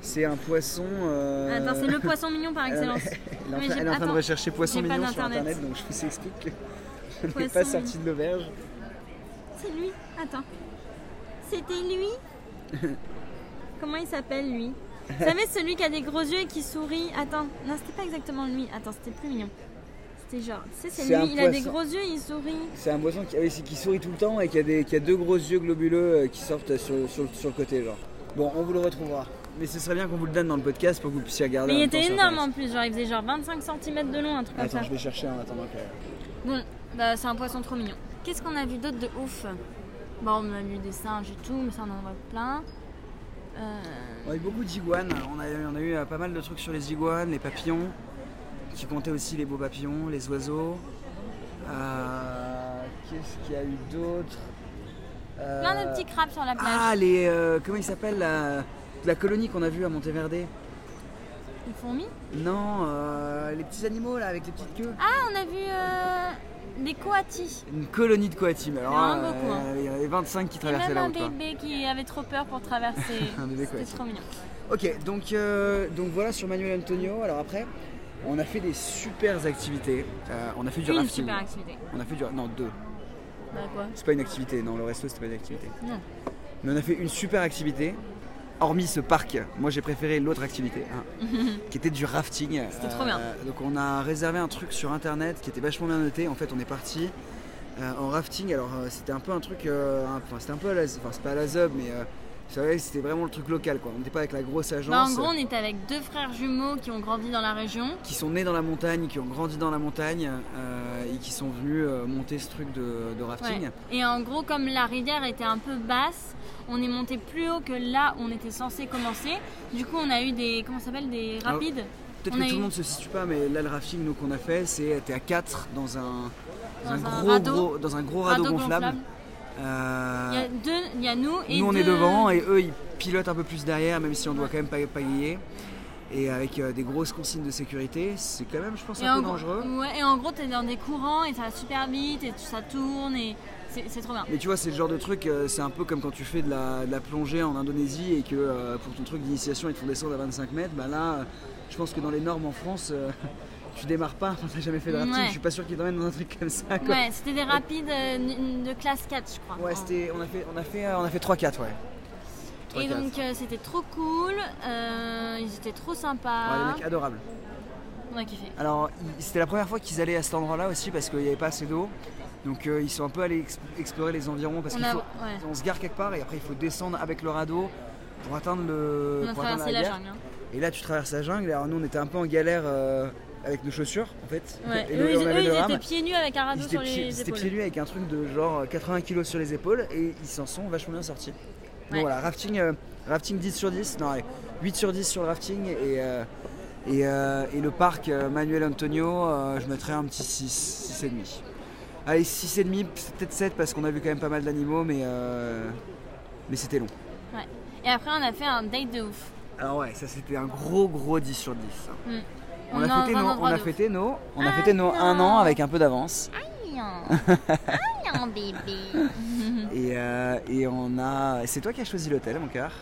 [SPEAKER 2] C'est un poisson. euh, Ah,
[SPEAKER 1] Attends, c'est le poisson mignon par excellence.
[SPEAKER 2] Elle est en
[SPEAKER 1] Mais
[SPEAKER 2] train-
[SPEAKER 1] j'ai-
[SPEAKER 2] elle est en train de
[SPEAKER 1] attends,
[SPEAKER 2] rechercher poisson
[SPEAKER 1] j'ai pas
[SPEAKER 2] mignon sur
[SPEAKER 1] d'internet.
[SPEAKER 2] internet, donc je vous explique que je n'ai pas
[SPEAKER 1] Poisson
[SPEAKER 2] sorti de l'auberge.
[SPEAKER 1] C'est lui. Attends. C'était lui Comment il s'appelle lui Vous savez celui qui a des gros yeux et qui sourit Attends, non, c'était pas exactement lui. Attends, c'était plus mignon. C'était genre, tu sais, c'est
[SPEAKER 2] C'est
[SPEAKER 1] lui,
[SPEAKER 2] un
[SPEAKER 1] il a des
[SPEAKER 2] poisson.
[SPEAKER 1] gros yeux et il sourit.
[SPEAKER 2] C'est un poisson qui, oui, c'est- qui sourit tout le temps et qui a, des, qui a deux gros yeux globuleux euh, qui sortent sur, sur, sur le côté, genre. Bon, on vous le retrouvera. Mais ce serait bien qu'on vous le donne dans le podcast pour que vous puissiez regarder.
[SPEAKER 1] Mais il
[SPEAKER 2] en même temps
[SPEAKER 1] était
[SPEAKER 2] sur
[SPEAKER 1] énorme hein. en
[SPEAKER 2] Internet.
[SPEAKER 1] plus, genre il faisait genre 25 cm de long, un truc comme ça.
[SPEAKER 2] Attends, je vais chercher en attendant que.
[SPEAKER 1] Bon, bah, c'est un poisson trop mignon. Qu'est-ce Bah, qu'on a vu d'autre de ouf Bon, on a vu des singes et tout, mais ça on en voit plein. Euh,
[SPEAKER 2] On a eu beaucoup d'iguanes, on a, on a eu euh, pas mal de trucs sur les iguanes, les papillons, qui comptaient aussi les beaux papillons, les oiseaux. Euh, Qu'est-ce qu'il y a eu d'autre Euh,
[SPEAKER 1] Plein de petits crabes sur la plage.
[SPEAKER 2] Ah, les. euh, comment il s'appelle la, la colonie qu'on a vue à Monteverde
[SPEAKER 1] Des fourmis.
[SPEAKER 2] Non, euh, les petits animaux là avec les petites queues.
[SPEAKER 1] Ah, on a vu euh, des coatis.
[SPEAKER 2] Une colonie de coatis, mais alors.
[SPEAKER 1] Il y en a
[SPEAKER 2] euh,
[SPEAKER 1] beaucoup, hein.
[SPEAKER 2] Il y en avait 25 qui
[SPEAKER 1] Et
[SPEAKER 2] traversaient
[SPEAKER 1] même
[SPEAKER 2] la
[SPEAKER 1] un
[SPEAKER 2] route. quoi.
[SPEAKER 1] bébé qui avait trop peur pour traverser.
[SPEAKER 2] Un bébé
[SPEAKER 1] C'était
[SPEAKER 2] coati.
[SPEAKER 1] trop mignon.
[SPEAKER 2] Ok, donc, euh, donc voilà sur Manuel Antonio. Alors après, on a fait des super activités. Euh, on a fait du
[SPEAKER 1] Une
[SPEAKER 2] rafting.
[SPEAKER 1] super activité.
[SPEAKER 2] On a fait du. Non, deux.
[SPEAKER 1] Bah quoi
[SPEAKER 2] C'est pas une activité, non, le resto c'était pas une activité.
[SPEAKER 1] Non.
[SPEAKER 2] Mais on a fait une super activité, hormis ce parc. Moi j'ai préféré l'autre activité, hein, qui était du rafting. Euh,
[SPEAKER 1] C'était trop bien.
[SPEAKER 2] Donc on a réservé un truc sur internet qui était vachement bien noté. En fait, on est parti euh, en rafting. Alors euh, c'était un peu un truc. euh, un- Enfin, c'était un peu à la. Enfin, c'est pas à la ZUB, mais. euh, vous savez, c'était vraiment le truc local quoi. On n'était pas avec la grosse agence.
[SPEAKER 1] Bah, en gros, on était avec deux frères jumeaux qui ont grandi dans la région.
[SPEAKER 2] qui sont nés dans la montagne, qui ont grandi dans la montagne euh, et qui sont venus euh, monter ce truc de, de rafting.
[SPEAKER 1] Ouais. Et en gros, comme la rivière était un peu basse, on est monté plus haut que là où on était censé commencer. Du coup, on a eu des comment ça s'appelle des
[SPEAKER 2] Ah,
[SPEAKER 1] rapides.
[SPEAKER 2] Peut-être
[SPEAKER 1] On
[SPEAKER 2] que
[SPEAKER 1] a
[SPEAKER 2] tout
[SPEAKER 1] eu-
[SPEAKER 2] le monde se situe pas, mais là le rafting nous qu'on a fait, c'est euh, t'es à 4 dans un, dans un
[SPEAKER 1] Dans un
[SPEAKER 2] gros,
[SPEAKER 1] radeau.
[SPEAKER 2] gros- dans un gros radeau,
[SPEAKER 1] radeaux
[SPEAKER 2] gonflable.
[SPEAKER 1] gonflables.
[SPEAKER 2] Euh,
[SPEAKER 1] Il y a deux, il y a nous et
[SPEAKER 2] nous on est
[SPEAKER 1] deux-
[SPEAKER 2] devant et eux ils pilotent un peu plus derrière, même si on doit quand même pas pagayer. Et avec euh, des grosses consignes de sécurité, c'est quand même, je pense,
[SPEAKER 1] Et
[SPEAKER 2] un
[SPEAKER 1] en
[SPEAKER 2] peu
[SPEAKER 1] gros-
[SPEAKER 2] dangereux.
[SPEAKER 1] Ouais, et en gros, t'es dans des courants et ça va super vite et tout- ça tourne et c'est c'est trop bien.
[SPEAKER 2] Mais tu vois, c'est le genre de truc, euh, c'est un peu comme quand tu fais de la, de la plongée en Indonésie et que euh, pour ton truc d'initiation, ils te font descendre à 25 mètres. Bah là, euh, je pense que dans les normes en France, euh, tu démarres pas, enfin, t'as jamais fait de rafting,
[SPEAKER 1] Ouais.
[SPEAKER 2] je suis pas sûr qu'ils t'emmènent dans un truc comme ça. quoi.
[SPEAKER 1] Ouais, c'était des rapides euh, n- de classe 4, je crois.
[SPEAKER 2] Ouais,
[SPEAKER 1] En-
[SPEAKER 2] c'était, on a fait, on a fait, euh, on a fait 3-4, ouais.
[SPEAKER 1] Et
[SPEAKER 2] 3-4.
[SPEAKER 1] donc, euh, c'était trop cool. euh, ils étaient trop
[SPEAKER 2] Ouais, les
[SPEAKER 1] sympas.
[SPEAKER 2] mecs euh, adorables.
[SPEAKER 1] on a kiffé.
[SPEAKER 2] Alors, il- c'était la première fois qu'ils allaient à cet endroit-là aussi parce qu'il n'y avait pas assez d'eau. Donc, euh, ils sont un peu allés ex- explorer les environs parce
[SPEAKER 1] On
[SPEAKER 2] qu'il
[SPEAKER 1] a-
[SPEAKER 2] faut-
[SPEAKER 1] ouais.
[SPEAKER 2] on se gare quelque part et après il faut descendre avec le radeau pour atteindre le.
[SPEAKER 1] On a
[SPEAKER 2] pour atteindre
[SPEAKER 1] traversé la
[SPEAKER 2] rivière.
[SPEAKER 1] jungle. hein.
[SPEAKER 2] Et là, tu traverses la jungle. Alors, nous, on était un peu en galère euh, avec nos chaussures, en fait.
[SPEAKER 1] Ouais.
[SPEAKER 2] Et nous,
[SPEAKER 1] Eux, ils,
[SPEAKER 2] on avait
[SPEAKER 1] eux,
[SPEAKER 2] le
[SPEAKER 1] ils
[SPEAKER 2] rame.
[SPEAKER 1] étaient pieds nus avec un
[SPEAKER 2] Ils
[SPEAKER 1] radeau
[SPEAKER 2] étaient
[SPEAKER 1] sur
[SPEAKER 2] pieds-
[SPEAKER 1] les
[SPEAKER 2] ils étaient
[SPEAKER 1] épaules.
[SPEAKER 2] pieds nus avec un truc de genre 80 kg sur les épaules et ils s'en sont vachement bien sortis. Donc
[SPEAKER 1] Ouais.
[SPEAKER 2] voilà, rafting, euh, rafting 10 sur 10, non, ouais, 8 sur 10 sur le rafting et, euh, et, euh, et le parc euh, Manuel Antonio, euh, je mettrais un petit 6, 6,5. Allez, 6,5, peut-être 7 parce qu'on a vu quand même pas mal d'animaux, mais, euh, mais c'était long.
[SPEAKER 1] Ouais. Et après, on a fait un date de ouf.
[SPEAKER 2] Alors ouais, ça c'était un gros gros 10 sur 10. hein.
[SPEAKER 1] Mm.
[SPEAKER 2] On,
[SPEAKER 1] est
[SPEAKER 2] a
[SPEAKER 1] dans
[SPEAKER 2] fêté,
[SPEAKER 1] un
[SPEAKER 2] nos, on
[SPEAKER 1] endroit
[SPEAKER 2] a
[SPEAKER 1] de ouf.
[SPEAKER 2] fêté nos- on a
[SPEAKER 1] Ah
[SPEAKER 2] fêté nos 1
[SPEAKER 1] non.
[SPEAKER 2] an avec un peu d'avance.
[SPEAKER 1] Aïe, aïe, bébé.
[SPEAKER 2] Et, euh, et on a. C'est toi qui as choisi l'hôtel, mon cœur.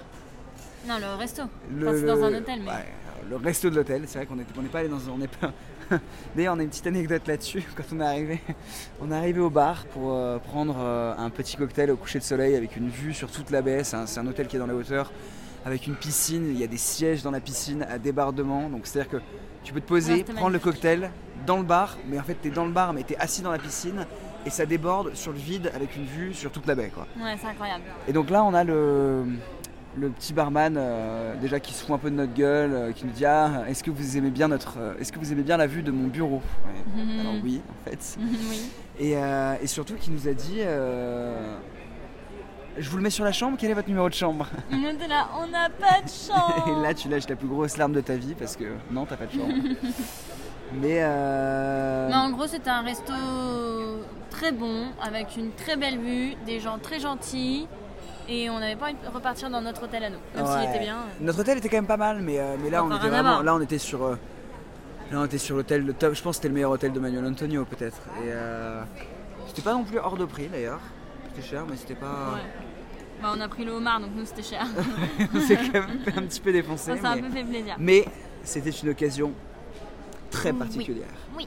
[SPEAKER 1] non, le resto. Enfin, c'est dans un hôtel, mais.
[SPEAKER 2] ouais, le resto de l'hôtel, c'est vrai qu'on est- on n'est pas allé dans. On n'est pas... D'ailleurs, on a une petite anecdote là-dessus. Quand on est arrivé, on est arrivé au bar pour euh, prendre euh, un petit cocktail au coucher de soleil avec une vue sur toute la baie. C'est un, c'est un hôtel qui est dans les hauteurs, avec une piscine. Il y a des sièges dans la piscine à débardement. Donc, c'est-à-dire que tu peux te poser,
[SPEAKER 1] Ouais, c'était
[SPEAKER 2] prendre le cocktail dans le bar, mais en fait, tu es dans le bar, mais tu es assis dans la piscine et ça déborde sur le vide avec une vue sur toute la baie, quoi.
[SPEAKER 1] Ouais, c'est incroyable.
[SPEAKER 2] Et donc là, on a le, le petit barman euh, déjà qui se fout un peu de notre gueule, euh, qui nous dit ah, est-ce que vous aimez bien notre, euh, est-ce que vous aimez bien la vue de mon bureau Ouais.
[SPEAKER 1] Mhm.
[SPEAKER 2] Alors oui, en fait.
[SPEAKER 1] oui.
[SPEAKER 2] Et, euh, et surtout, qui nous a dit. euh, je vous le mets sur la chambre, quel est votre numéro de chambre
[SPEAKER 1] Nous, on était là, on n'a pas de chance.
[SPEAKER 2] Et là, tu lâches la plus grosse larme de ta vie parce que non, t'as pas de chambre. Mais. euh,
[SPEAKER 1] Mais en gros, c'était un resto très bon, avec une très belle vue, des gens très gentils. Et on n'avait pas envie de repartir dans notre hôtel à nous, même s'il
[SPEAKER 2] Ouais.
[SPEAKER 1] était bien.
[SPEAKER 2] Notre hôtel était quand même pas mal, mais, euh, mais là, on
[SPEAKER 1] Enfin,
[SPEAKER 2] était
[SPEAKER 1] rien à
[SPEAKER 2] vraiment-
[SPEAKER 1] voir.
[SPEAKER 2] là on était sur euh, là on était sur l'hôtel de top. Je pense que c'était le meilleur hôtel de Manuel Antonio peut-être. Et euh, c'était pas non plus hors de prix d'ailleurs. C'était cher, mais c'était pas.
[SPEAKER 1] Ouais. Bah, on a pris le homard, donc nous, c'était cher.
[SPEAKER 2] on s'est quand même fait un petit peu défoncer.
[SPEAKER 1] Ça, ça a Ah, un
[SPEAKER 2] mais...
[SPEAKER 1] peu fait plaisir.
[SPEAKER 2] mais c'était une occasion très
[SPEAKER 1] Oui.
[SPEAKER 2] particulière.
[SPEAKER 1] Oui.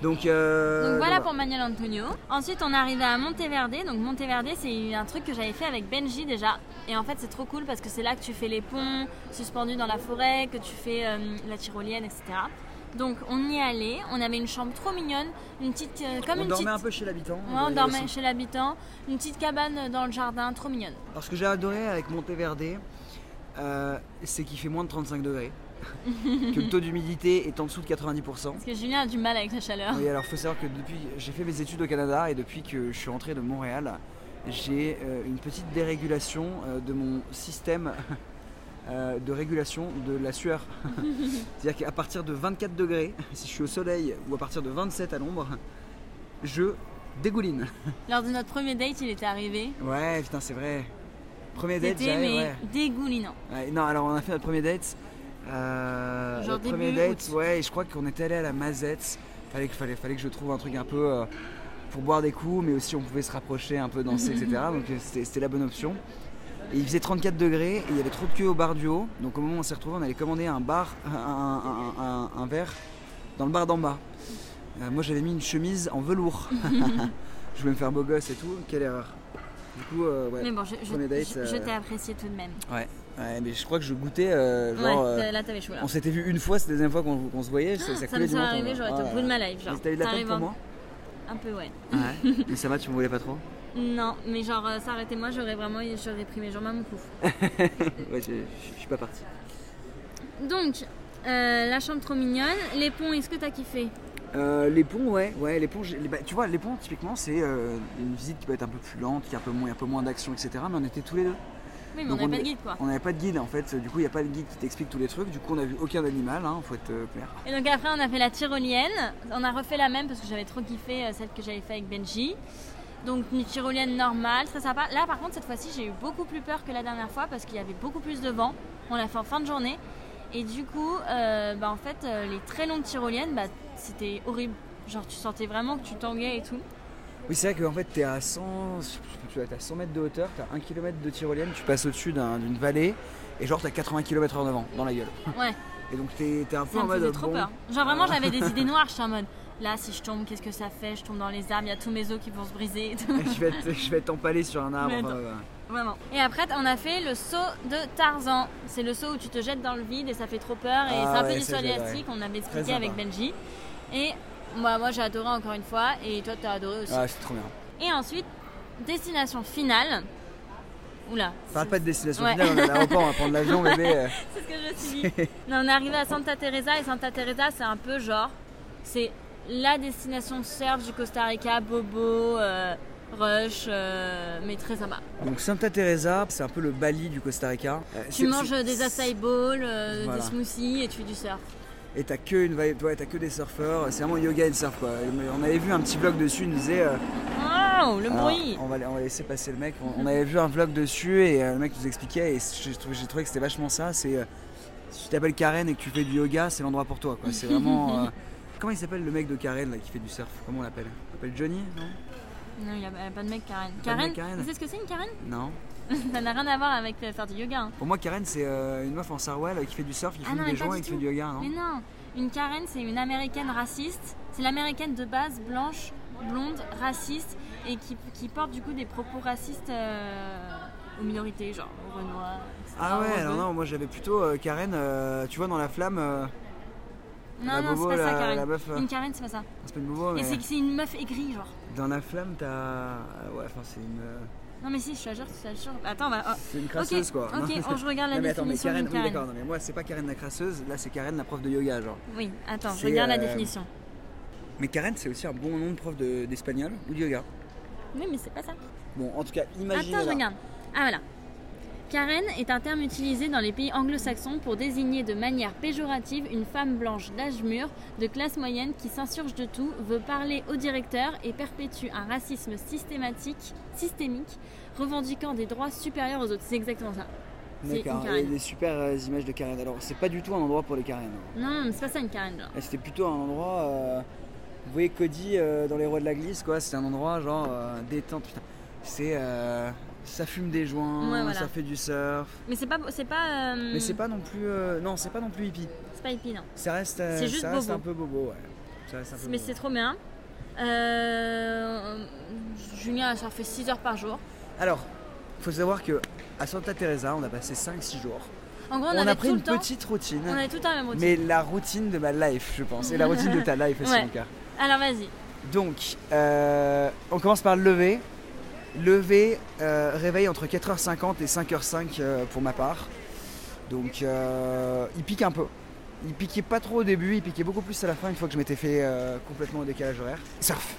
[SPEAKER 2] Donc, euh,
[SPEAKER 1] Donc
[SPEAKER 2] donc
[SPEAKER 1] voilà pour Manuel Antonio. Ensuite, on est arrivé à Monteverde. Donc Monteverde, c'est un truc que j'avais fait avec Benji déjà. Et en fait, c'est trop cool parce que c'est là que tu fais les ponts suspendus dans la forêt, que tu fais euh, la tyrolienne, etc. Donc on y allait. On avait une chambre trop mignonne, une petite, euh, comme
[SPEAKER 2] on
[SPEAKER 1] une
[SPEAKER 2] dormait
[SPEAKER 1] petite.
[SPEAKER 2] un peu chez l'habitant.
[SPEAKER 1] Ouais, on
[SPEAKER 2] voyait
[SPEAKER 1] dormait
[SPEAKER 2] aussi.
[SPEAKER 1] chez l'habitant, une petite cabane dans le jardin, trop mignonne.
[SPEAKER 2] Alors ce que j'ai adoré avec Monteverde, euh, c'est qu'il fait moins de 35 degrés, que le taux d'humidité est en dessous de 90%.
[SPEAKER 1] Parce que Julien a du mal avec la chaleur.
[SPEAKER 2] Oui, alors faut savoir que depuis, j'ai fait mes études au Canada et depuis que je suis rentré de Montréal, j'ai euh, une petite dérégulation euh, de mon système euh, de régulation de la sueur. C'est-à-dire qu'à partir de 24 degrés, si je suis au soleil ou à partir de 27 à l'ombre, je dégouline.
[SPEAKER 1] Lors de notre premier date, il était arrivé.
[SPEAKER 2] Ouais, putain, c'est vrai. Premier date,
[SPEAKER 1] C'était
[SPEAKER 2] j'avais-
[SPEAKER 1] mais
[SPEAKER 2] ouais.
[SPEAKER 1] dégoulinant.
[SPEAKER 2] Ouais, Non, alors on a fait notre premier date. euh,
[SPEAKER 1] Genre
[SPEAKER 2] notre premier
[SPEAKER 1] début
[SPEAKER 2] date,
[SPEAKER 1] août.
[SPEAKER 2] ouais, et je crois qu'on était allé à la Mazette. Fallait, que- fallait, fallait que je trouve un truc un peu euh, pour boire des coups, mais aussi on pouvait se rapprocher, un peu danser, etc. Donc euh, c'était c'était la bonne option. Et il faisait 34 degrés et il y avait trop de queue au bar du haut. Donc au moment où on s'est retrouvés, on allait commander un bar, un, un- un- un verre dans le bar d'en bas. Euh, moi j'avais mis une chemise en velours. je voulais me faire beau gosse et tout. Quelle erreur. Du coup, euh, ouais.
[SPEAKER 1] Mais bon, je, je-
[SPEAKER 2] Premier date,
[SPEAKER 1] je- je
[SPEAKER 2] euh,
[SPEAKER 1] t'ai apprécié tout de même.
[SPEAKER 2] Ouais, mais je crois que je goûtais euh, genre.
[SPEAKER 1] ouais,
[SPEAKER 2] euh,
[SPEAKER 1] t'as- là t'avais chaud là.
[SPEAKER 2] on s'était vu une fois, c'est la deuxième fois qu'on qu'on se voyait, ça, ça
[SPEAKER 1] Ah, Ça
[SPEAKER 2] coulait
[SPEAKER 1] me
[SPEAKER 2] du
[SPEAKER 1] serait
[SPEAKER 2] menton,
[SPEAKER 1] arrivé,
[SPEAKER 2] là.
[SPEAKER 1] j'aurais été
[SPEAKER 2] Voilà.
[SPEAKER 1] au bout de ma life.
[SPEAKER 2] Mais
[SPEAKER 1] Genre,
[SPEAKER 2] T'as eu de la peine
[SPEAKER 1] t'arrives
[SPEAKER 2] pour
[SPEAKER 1] un-
[SPEAKER 2] moi
[SPEAKER 1] Un peu, ouais.
[SPEAKER 2] Ouais. Mais ça va, tu me voulais pas trop
[SPEAKER 1] Non, mais genre, euh, ça arrêtait moi, j'aurais vraiment j'aurais pris mes jambes à mon cou.
[SPEAKER 2] Ouais, je je suis pas parti.
[SPEAKER 1] Donc, euh, la chambre trop mignonne. Les ponts, est-ce que t'as kiffé
[SPEAKER 2] Euh, les ponts, ouais, ouais, les ponts, j'ai- les- bah, tu vois, les ponts, typiquement, c'est euh, une visite qui peut être un peu plus lente, qui a un peu moins, un peu moins d'action, etc. Mais on était tous les deux.
[SPEAKER 1] Oui, mais
[SPEAKER 2] Donc,
[SPEAKER 1] on n'a
[SPEAKER 2] on
[SPEAKER 1] pas
[SPEAKER 2] est-
[SPEAKER 1] de guide quoi.
[SPEAKER 2] On n'avait pas de guide, en fait, du coup, il n'y a pas de guide qui t'explique tous les trucs. Du coup, on n'a vu aucun animal, hein, faut être euh, clair.
[SPEAKER 1] Et donc après, on a fait la tyrolienne. On a refait la même parce que j'avais trop kiffé euh, celle que j'avais fait avec Benji. Donc une tyrolienne normale, très sympa. Là par contre, cette fois-ci, j'ai eu beaucoup plus peur que la dernière fois parce qu'il y avait beaucoup plus de vent. On l'a fait en fin de journée. Et du coup, euh, bah, en fait, euh, les très longues tyroliennes, bah, c'était horrible. Genre tu sentais vraiment que tu tanguais et tout.
[SPEAKER 2] Oui, c'est vrai qu'en fait, t'es à 100, tu vois, t'es à 100 mètres de hauteur, t'as 1 km de tyrolienne, tu passes au-dessus d'un- d'une vallée, et genre, t'as 80 km/h de vent dans la gueule.
[SPEAKER 1] Ouais.
[SPEAKER 2] Et donc, t'es t'es un
[SPEAKER 1] Ça
[SPEAKER 2] peu en
[SPEAKER 1] me
[SPEAKER 2] mode.
[SPEAKER 1] faisait trop
[SPEAKER 2] bon,
[SPEAKER 1] peur. Genre vraiment, j'avais des idées noires. J'étais en mode, là, si je tombe, qu'est-ce que ça fait Je tombe dans les arbres, il y a tous mes os qui vont se briser. et tout.
[SPEAKER 2] je vais être- je vais t'empaler sur un arbre. euh,
[SPEAKER 1] Mais
[SPEAKER 2] enfin,
[SPEAKER 1] non.
[SPEAKER 2] voilà.
[SPEAKER 1] Vraiment. Et après, on a fait le saut de Tarzan. C'est le saut où tu te jettes dans le vide et ça fait trop peur. Et
[SPEAKER 2] Ah
[SPEAKER 1] c'est un
[SPEAKER 2] ouais,
[SPEAKER 1] peu du
[SPEAKER 2] ça,
[SPEAKER 1] saut
[SPEAKER 2] j'adore.
[SPEAKER 1] élastique, on avait expliqué
[SPEAKER 2] sympa.
[SPEAKER 1] avec Benji. Et moi, moi j'ai adoré encore une fois. Et toi, t'as adoré aussi.
[SPEAKER 2] Ah, c'est trop bien.
[SPEAKER 1] Et ensuite, destination finale. Oula,
[SPEAKER 2] Parle pas de destination
[SPEAKER 1] Ouais.
[SPEAKER 2] finale, on est à l'aéroport, on va prendre l'avion, bébé. euh.
[SPEAKER 1] c'est ce que je me suis dit. Non, on est arrivé à Santa Teresa et Santa Teresa, c'est un peu genre, c'est la destination surf du Costa Rica, bobo, euh, rush, euh, mais très sympa.
[SPEAKER 2] Donc, Santa Teresa, c'est un peu le Bali du Costa Rica. Euh,
[SPEAKER 1] Tu
[SPEAKER 2] c'est-
[SPEAKER 1] manges
[SPEAKER 2] c'est-
[SPEAKER 1] des acai bowls, euh,
[SPEAKER 2] Voilà.
[SPEAKER 1] des smoothies et tu fais du surf.
[SPEAKER 2] Et t'as que une vibe, ouais, t'as que des surfeurs, c'est vraiment yoga and surf quoi. Et On avait vu un petit vlog dessus, il nous disait. euh,
[SPEAKER 1] Waouh, le
[SPEAKER 2] Alors,
[SPEAKER 1] bruit
[SPEAKER 2] Ah, on, va, on va laisser passer le mec. On, on avait vu un vlog dessus et euh, le mec nous expliquait et j'ai trouvé, j'ai trouvé que c'était vachement ça. C'est euh, si tu t'appelles Karen et que tu fais du yoga, c'est l'endroit pour toi. quoi. C'est vraiment. euh, comment il s'appelle le mec de Karen là, qui fait du surf Comment on l'appelle On l'appelle Johnny Non
[SPEAKER 1] Non, il n'y a elle a pas de mec, Karen.
[SPEAKER 2] Pas de
[SPEAKER 1] Karen,
[SPEAKER 2] mec, Karen.
[SPEAKER 1] tu sais ce que c'est une Karen
[SPEAKER 2] Non.
[SPEAKER 1] Ça n'a rien à voir avec euh, faire du yoga. hein.
[SPEAKER 2] Pour moi, Karen, c'est euh, une meuf en sarouel euh, qui fait du surf, qui
[SPEAKER 1] Ah
[SPEAKER 2] filme
[SPEAKER 1] non, mais
[SPEAKER 2] des
[SPEAKER 1] pas
[SPEAKER 2] gens
[SPEAKER 1] du
[SPEAKER 2] et qui
[SPEAKER 1] tout.
[SPEAKER 2] fait du yoga. Non
[SPEAKER 1] Mais non, une Karen, c'est une américaine raciste. C'est l'américaine de base, blanche, blonde, raciste, et qui, qui porte du coup des propos racistes euh, aux minorités, genre aux Renois, etc.
[SPEAKER 2] ah ouais,
[SPEAKER 1] aux
[SPEAKER 2] alors
[SPEAKER 1] Rebeux.
[SPEAKER 2] non, moi j'avais plutôt euh, Karen, euh, tu vois, dans la flamme. euh, la
[SPEAKER 1] Non, non,
[SPEAKER 2] bobo,
[SPEAKER 1] c'est pas
[SPEAKER 2] la,
[SPEAKER 1] ça, Karen.
[SPEAKER 2] la meuf. euh,
[SPEAKER 1] Une Karen, c'est pas ça.
[SPEAKER 2] c'est pas une bobo, mais.
[SPEAKER 1] Et c'est que c'est une meuf aigrie, genre.
[SPEAKER 2] Dans la flamme, t'as. Ouais, enfin, c'est une. euh,
[SPEAKER 1] Non, mais si, je te jure, je te jure. Attends, bah. oh.
[SPEAKER 2] C'est une crasseuse
[SPEAKER 1] ok,
[SPEAKER 2] quoi. Non,
[SPEAKER 1] ok,
[SPEAKER 2] mais-
[SPEAKER 1] on- je regarde la
[SPEAKER 2] Non, mais attends, mais
[SPEAKER 1] définition
[SPEAKER 2] Karen,
[SPEAKER 1] d'une
[SPEAKER 2] oui,
[SPEAKER 1] Karen.
[SPEAKER 2] d'accord, non, mais moi c'est pas Karen la crasseuse, là c'est Karen la prof de yoga genre.
[SPEAKER 1] oui, attends, je
[SPEAKER 2] C'est,
[SPEAKER 1] regarde la
[SPEAKER 2] euh,
[SPEAKER 1] définition.
[SPEAKER 2] Mais Karen c'est aussi un bon nom de prof de- d'espagnol ou de yoga.
[SPEAKER 1] Oui, mais c'est pas ça.
[SPEAKER 2] Bon, en tout cas, imaginez.
[SPEAKER 1] Attends, je regarde. Ah voilà. Karen est un terme utilisé dans les pays anglo-saxons pour désigner de manière péjorative une femme blanche d'âge mûr, de classe moyenne qui s'insurge de tout, veut parler au directeur et perpétue un racisme systématique, systémique, revendiquant des droits supérieurs aux autres. C'est exactement ça. c'est une
[SPEAKER 2] D'accord, il y a
[SPEAKER 1] Karen.
[SPEAKER 2] des super euh, images de Karen. Alors, c'est pas du tout un endroit pour les Karen. hein.
[SPEAKER 1] Non, non, mais c'est pas ça une Karen. genre.
[SPEAKER 2] Là, C'était plutôt un endroit. euh, Vous voyez Cody euh, dans Les Rois de la Glisse quoi, c'est un endroit genre euh, détente. Putain, c'est. euh, Ça fume des joints,
[SPEAKER 1] Ouais, voilà.
[SPEAKER 2] ça fait du surf.
[SPEAKER 1] Mais c'est pas, c'est pas, euh,
[SPEAKER 2] Mais c'est pas non plus. euh, Non, c'est pas non plus hippie.
[SPEAKER 1] c'est pas hippie, non.
[SPEAKER 2] Ça reste, euh,
[SPEAKER 1] C'est juste
[SPEAKER 2] ça reste
[SPEAKER 1] bobo.
[SPEAKER 2] un peu bobo, ouais. Ça reste un peu
[SPEAKER 1] Mais
[SPEAKER 2] bobo.
[SPEAKER 1] c'est trop bien. Euh, Julien a surfé 6 heures par jour.
[SPEAKER 2] Alors, faut savoir que à Santa Teresa, on a passé 5-6 jours.
[SPEAKER 1] En gros, on,
[SPEAKER 2] On,
[SPEAKER 1] avait
[SPEAKER 2] a pris
[SPEAKER 1] tout
[SPEAKER 2] une
[SPEAKER 1] le temps.
[SPEAKER 2] petite routine,
[SPEAKER 1] On avait tout le temps la même routine.
[SPEAKER 2] mais la routine de ma life, je pense, et la routine de ta life aussi,
[SPEAKER 1] Ouais.
[SPEAKER 2] Lucas.
[SPEAKER 1] Alors vas-y.
[SPEAKER 2] Donc, euh, on commence par le lever. Lever, euh, réveil entre 4h50 et 5h05 euh, pour ma part. Donc, euh, il pique un peu. Il piquait pas trop au début, il piquait beaucoup plus à la fin, une fois que je m'étais fait euh, complètement au décalage horaire. Surf.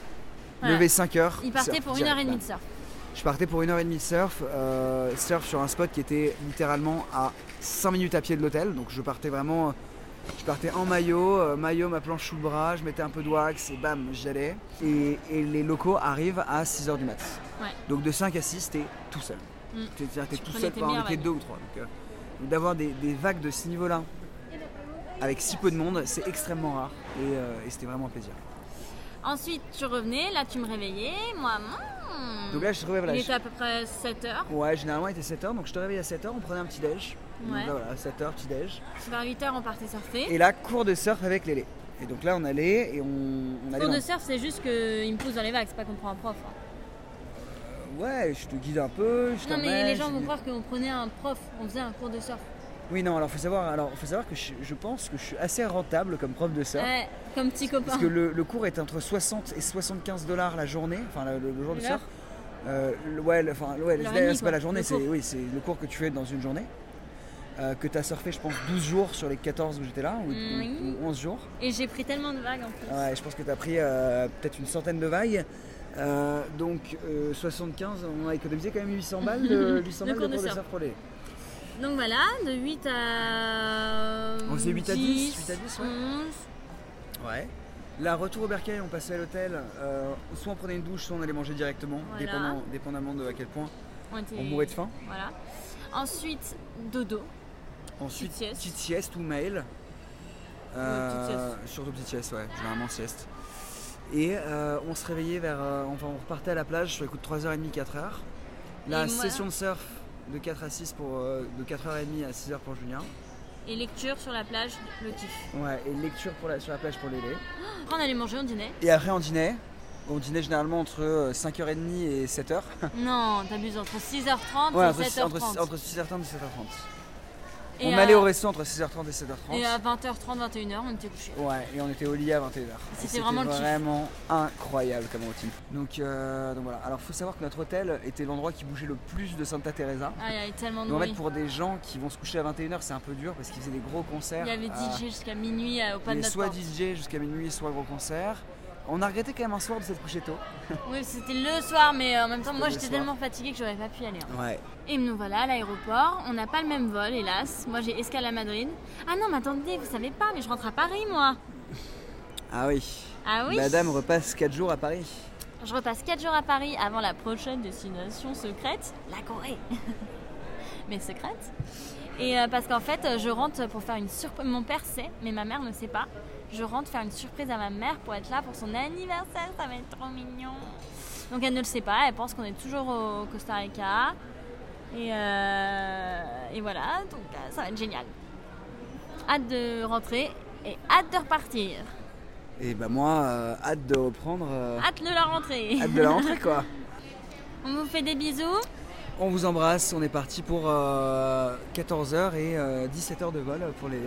[SPEAKER 1] Voilà.
[SPEAKER 2] Lever 5h.
[SPEAKER 1] Il partait pour une heure et demie de surf.
[SPEAKER 2] Je partais pour une heure et demie de surf, euh, surf sur un spot qui était littéralement à 5 minutes à pied de l'hôtel. Donc je partais vraiment, je partais en maillot, euh, maillot, ma planche sous le bras, je mettais un peu de wax et bam, j'allais. Et, et les locaux arrivent à 6 heures du mat.
[SPEAKER 1] Ouais.
[SPEAKER 2] Donc de 5 à 6, t'es tout seul.
[SPEAKER 1] Mm.
[SPEAKER 2] C'est-à-dire t'es
[SPEAKER 1] Tu
[SPEAKER 2] tout
[SPEAKER 1] prenais
[SPEAKER 2] seul,
[SPEAKER 1] tes
[SPEAKER 2] pas en
[SPEAKER 1] meilleures
[SPEAKER 2] était
[SPEAKER 1] vagues.
[SPEAKER 2] deux ou trois. Donc, euh, donc d'avoir des, des vagues de ce niveau-là avec si peu de monde, c'est extrêmement rare. Et, euh, et c'était vraiment un plaisir.
[SPEAKER 1] Mm. Ensuite, tu revenais, là, tu me réveillais. Moi, hmm.
[SPEAKER 2] Donc là, je trouvais voilà,
[SPEAKER 1] il
[SPEAKER 2] je-
[SPEAKER 1] était à peu près 7 heures.
[SPEAKER 2] Ouais, généralement il était 7h, donc je te réveillais à 7h, on prenait un petit déj. Donc
[SPEAKER 1] Ouais.
[SPEAKER 2] là, voilà, 7h, petit déj.
[SPEAKER 1] Vers 8 heures, on partait surfer.
[SPEAKER 2] Et là, cours de surf avec Lélé. Et donc là, on allait et on, on allait.
[SPEAKER 1] Cours de
[SPEAKER 2] dans-
[SPEAKER 1] surf, c'est juste qu'il me pose dans les vagues, c'est pas qu'on prend un prof. hein.
[SPEAKER 2] Ouais, je te guide un peu, je
[SPEAKER 1] Non,
[SPEAKER 2] t'emmène.
[SPEAKER 1] mais les
[SPEAKER 2] je-
[SPEAKER 1] gens vont croire qu'on prenait un prof, on faisait un cours de surf.
[SPEAKER 2] Oui, non, alors faut savoir, alors faut savoir que je, je pense que je suis assez rentable comme prof de surf.
[SPEAKER 1] Ouais, comme petit copain.
[SPEAKER 2] Parce que le, le cours est entre 60 et 75 dollars la journée, enfin le, le- le jour de
[SPEAKER 1] L'heure
[SPEAKER 2] surf. Euh, le- ouais, le- enfin, ouais,
[SPEAKER 1] L'heure
[SPEAKER 2] c'est-
[SPEAKER 1] et demie,
[SPEAKER 2] c'est pas
[SPEAKER 1] quoi,
[SPEAKER 2] la journée,
[SPEAKER 1] le
[SPEAKER 2] c'est
[SPEAKER 1] cours.
[SPEAKER 2] oui, c'est le cours que tu fais dans une journée. Euh, que tu as surfé, je pense, 12 jours sur les 14 où j'étais là, ou,
[SPEAKER 1] Mm, Oui.
[SPEAKER 2] ou- ou 11 jours.
[SPEAKER 1] Et j'ai pris tellement de vagues en plus.
[SPEAKER 2] Ouais, je pense que tu as pris euh, peut-être une centaine de vagues. Euh, donc euh, 75, on a économisé quand même 800 balles de, 800
[SPEAKER 1] De
[SPEAKER 2] balles
[SPEAKER 1] cours de
[SPEAKER 2] de cours de
[SPEAKER 1] surf.
[SPEAKER 2] surf pour les-
[SPEAKER 1] Donc voilà, de 8 à.
[SPEAKER 2] On faisait 8 à 10, 8 à 10, ouais.
[SPEAKER 1] 11.
[SPEAKER 2] Ouais. Là, retour au bercail, on passait à l'hôtel. euh, soit on prenait une douche, soit on allait manger directement,
[SPEAKER 1] Voilà.
[SPEAKER 2] dépendant- dépendamment de à quel point
[SPEAKER 1] On, était...
[SPEAKER 2] on mourait de faim.
[SPEAKER 1] Voilà. Ensuite, dodo.
[SPEAKER 2] Ensuite,
[SPEAKER 1] Petite sieste.
[SPEAKER 2] petite sieste ou mail.
[SPEAKER 1] Euh, petite
[SPEAKER 2] Surtout petite sieste, ouais, généralement sieste. Et euh, on se réveillait vers. euh, enfin, on repartait à la plage sur les coups de 3h30, 4h.
[SPEAKER 1] Et
[SPEAKER 2] La
[SPEAKER 1] moi-
[SPEAKER 2] session de surf de 4 à 6 pour. euh, de 4h30 à 6h pour Julien.
[SPEAKER 1] Et lecture sur la plage, le kiff.
[SPEAKER 2] Ouais, et lecture pour la- sur la plage pour Lélé.
[SPEAKER 1] Après, on allait manger, on dînait.
[SPEAKER 2] Et après, on dînait. On dînait généralement entre euh, 5h30 et 7h.
[SPEAKER 1] non, t'abuses, entre 6h30
[SPEAKER 2] Ouais,
[SPEAKER 1] et
[SPEAKER 2] entre,
[SPEAKER 1] 7h30.
[SPEAKER 2] entre, entre 6h30 et 7h30.
[SPEAKER 1] Et
[SPEAKER 2] on
[SPEAKER 1] à-
[SPEAKER 2] allait au resto entre 6h30 et 7h30.
[SPEAKER 1] Et à 20h30, 21h, on était couchés.
[SPEAKER 2] Ouais, et on était au lit à 21h.
[SPEAKER 1] C'était vraiment le kiff.
[SPEAKER 2] vraiment incroyable comme routine. Donc, euh, donc voilà, alors faut savoir que notre hôtel était l'endroit qui bougeait le plus de Santa Teresa.
[SPEAKER 1] Ah, il y avait tellement de
[SPEAKER 2] Donc en fait
[SPEAKER 1] bruit.
[SPEAKER 2] pour des gens qui vont se coucher à 21h c'est un peu dur parce qu'ils faisaient des gros concerts.
[SPEAKER 1] Il y avait
[SPEAKER 2] euh,
[SPEAKER 1] DJ jusqu'à minuit euh, au pas
[SPEAKER 2] il
[SPEAKER 1] de
[SPEAKER 2] y avait
[SPEAKER 1] notre
[SPEAKER 2] soit
[SPEAKER 1] porte.
[SPEAKER 2] DJ jusqu'à minuit, soit gros concert. On a regretté quand même un soir de s'être couché tôt.
[SPEAKER 1] Oui, c'était le soir, mais euh, en même temps,
[SPEAKER 2] C'était
[SPEAKER 1] moi
[SPEAKER 2] le
[SPEAKER 1] j'étais
[SPEAKER 2] soir.
[SPEAKER 1] tellement fatiguée que j'aurais pas pu y aller. hein.
[SPEAKER 2] Ouais.
[SPEAKER 1] Et nous voilà à l'aéroport. On n'a pas le même vol, hélas. Moi j'ai escale à Madrid. Ah non, mais attendez, vous savez pas, mais je rentre à Paris moi.
[SPEAKER 2] Ah oui.
[SPEAKER 1] Ah oui
[SPEAKER 2] Madame repasse 4 jours à Paris.
[SPEAKER 1] Je repasse 4 jours à Paris avant la prochaine destination secrète, la Corée. mais secrète. Et euh, parce qu'en fait, euh, je rentre pour faire une surprise. Mon père sait, mais ma mère ne sait pas. Je rentre faire une surprise à ma mère pour être là pour son anniversaire. Ça va être trop mignon. Donc elle ne le sait pas. Elle pense qu'on est toujours au Costa Rica. Et, euh, et voilà, donc euh, ça va être génial. Hâte de rentrer et hâte de repartir.
[SPEAKER 2] Et bah moi, euh, hâte de reprendre. euh,
[SPEAKER 1] Hâte de la rentrée.
[SPEAKER 2] hâte de la rentrée quoi.
[SPEAKER 1] On vous fait des bisous.
[SPEAKER 2] On vous embrasse, on est parti pour 14h et 17h de vol pour les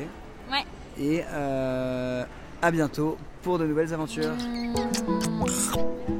[SPEAKER 1] Ouais.
[SPEAKER 2] Et euh, à bientôt pour de nouvelles aventures.
[SPEAKER 1] Tchau.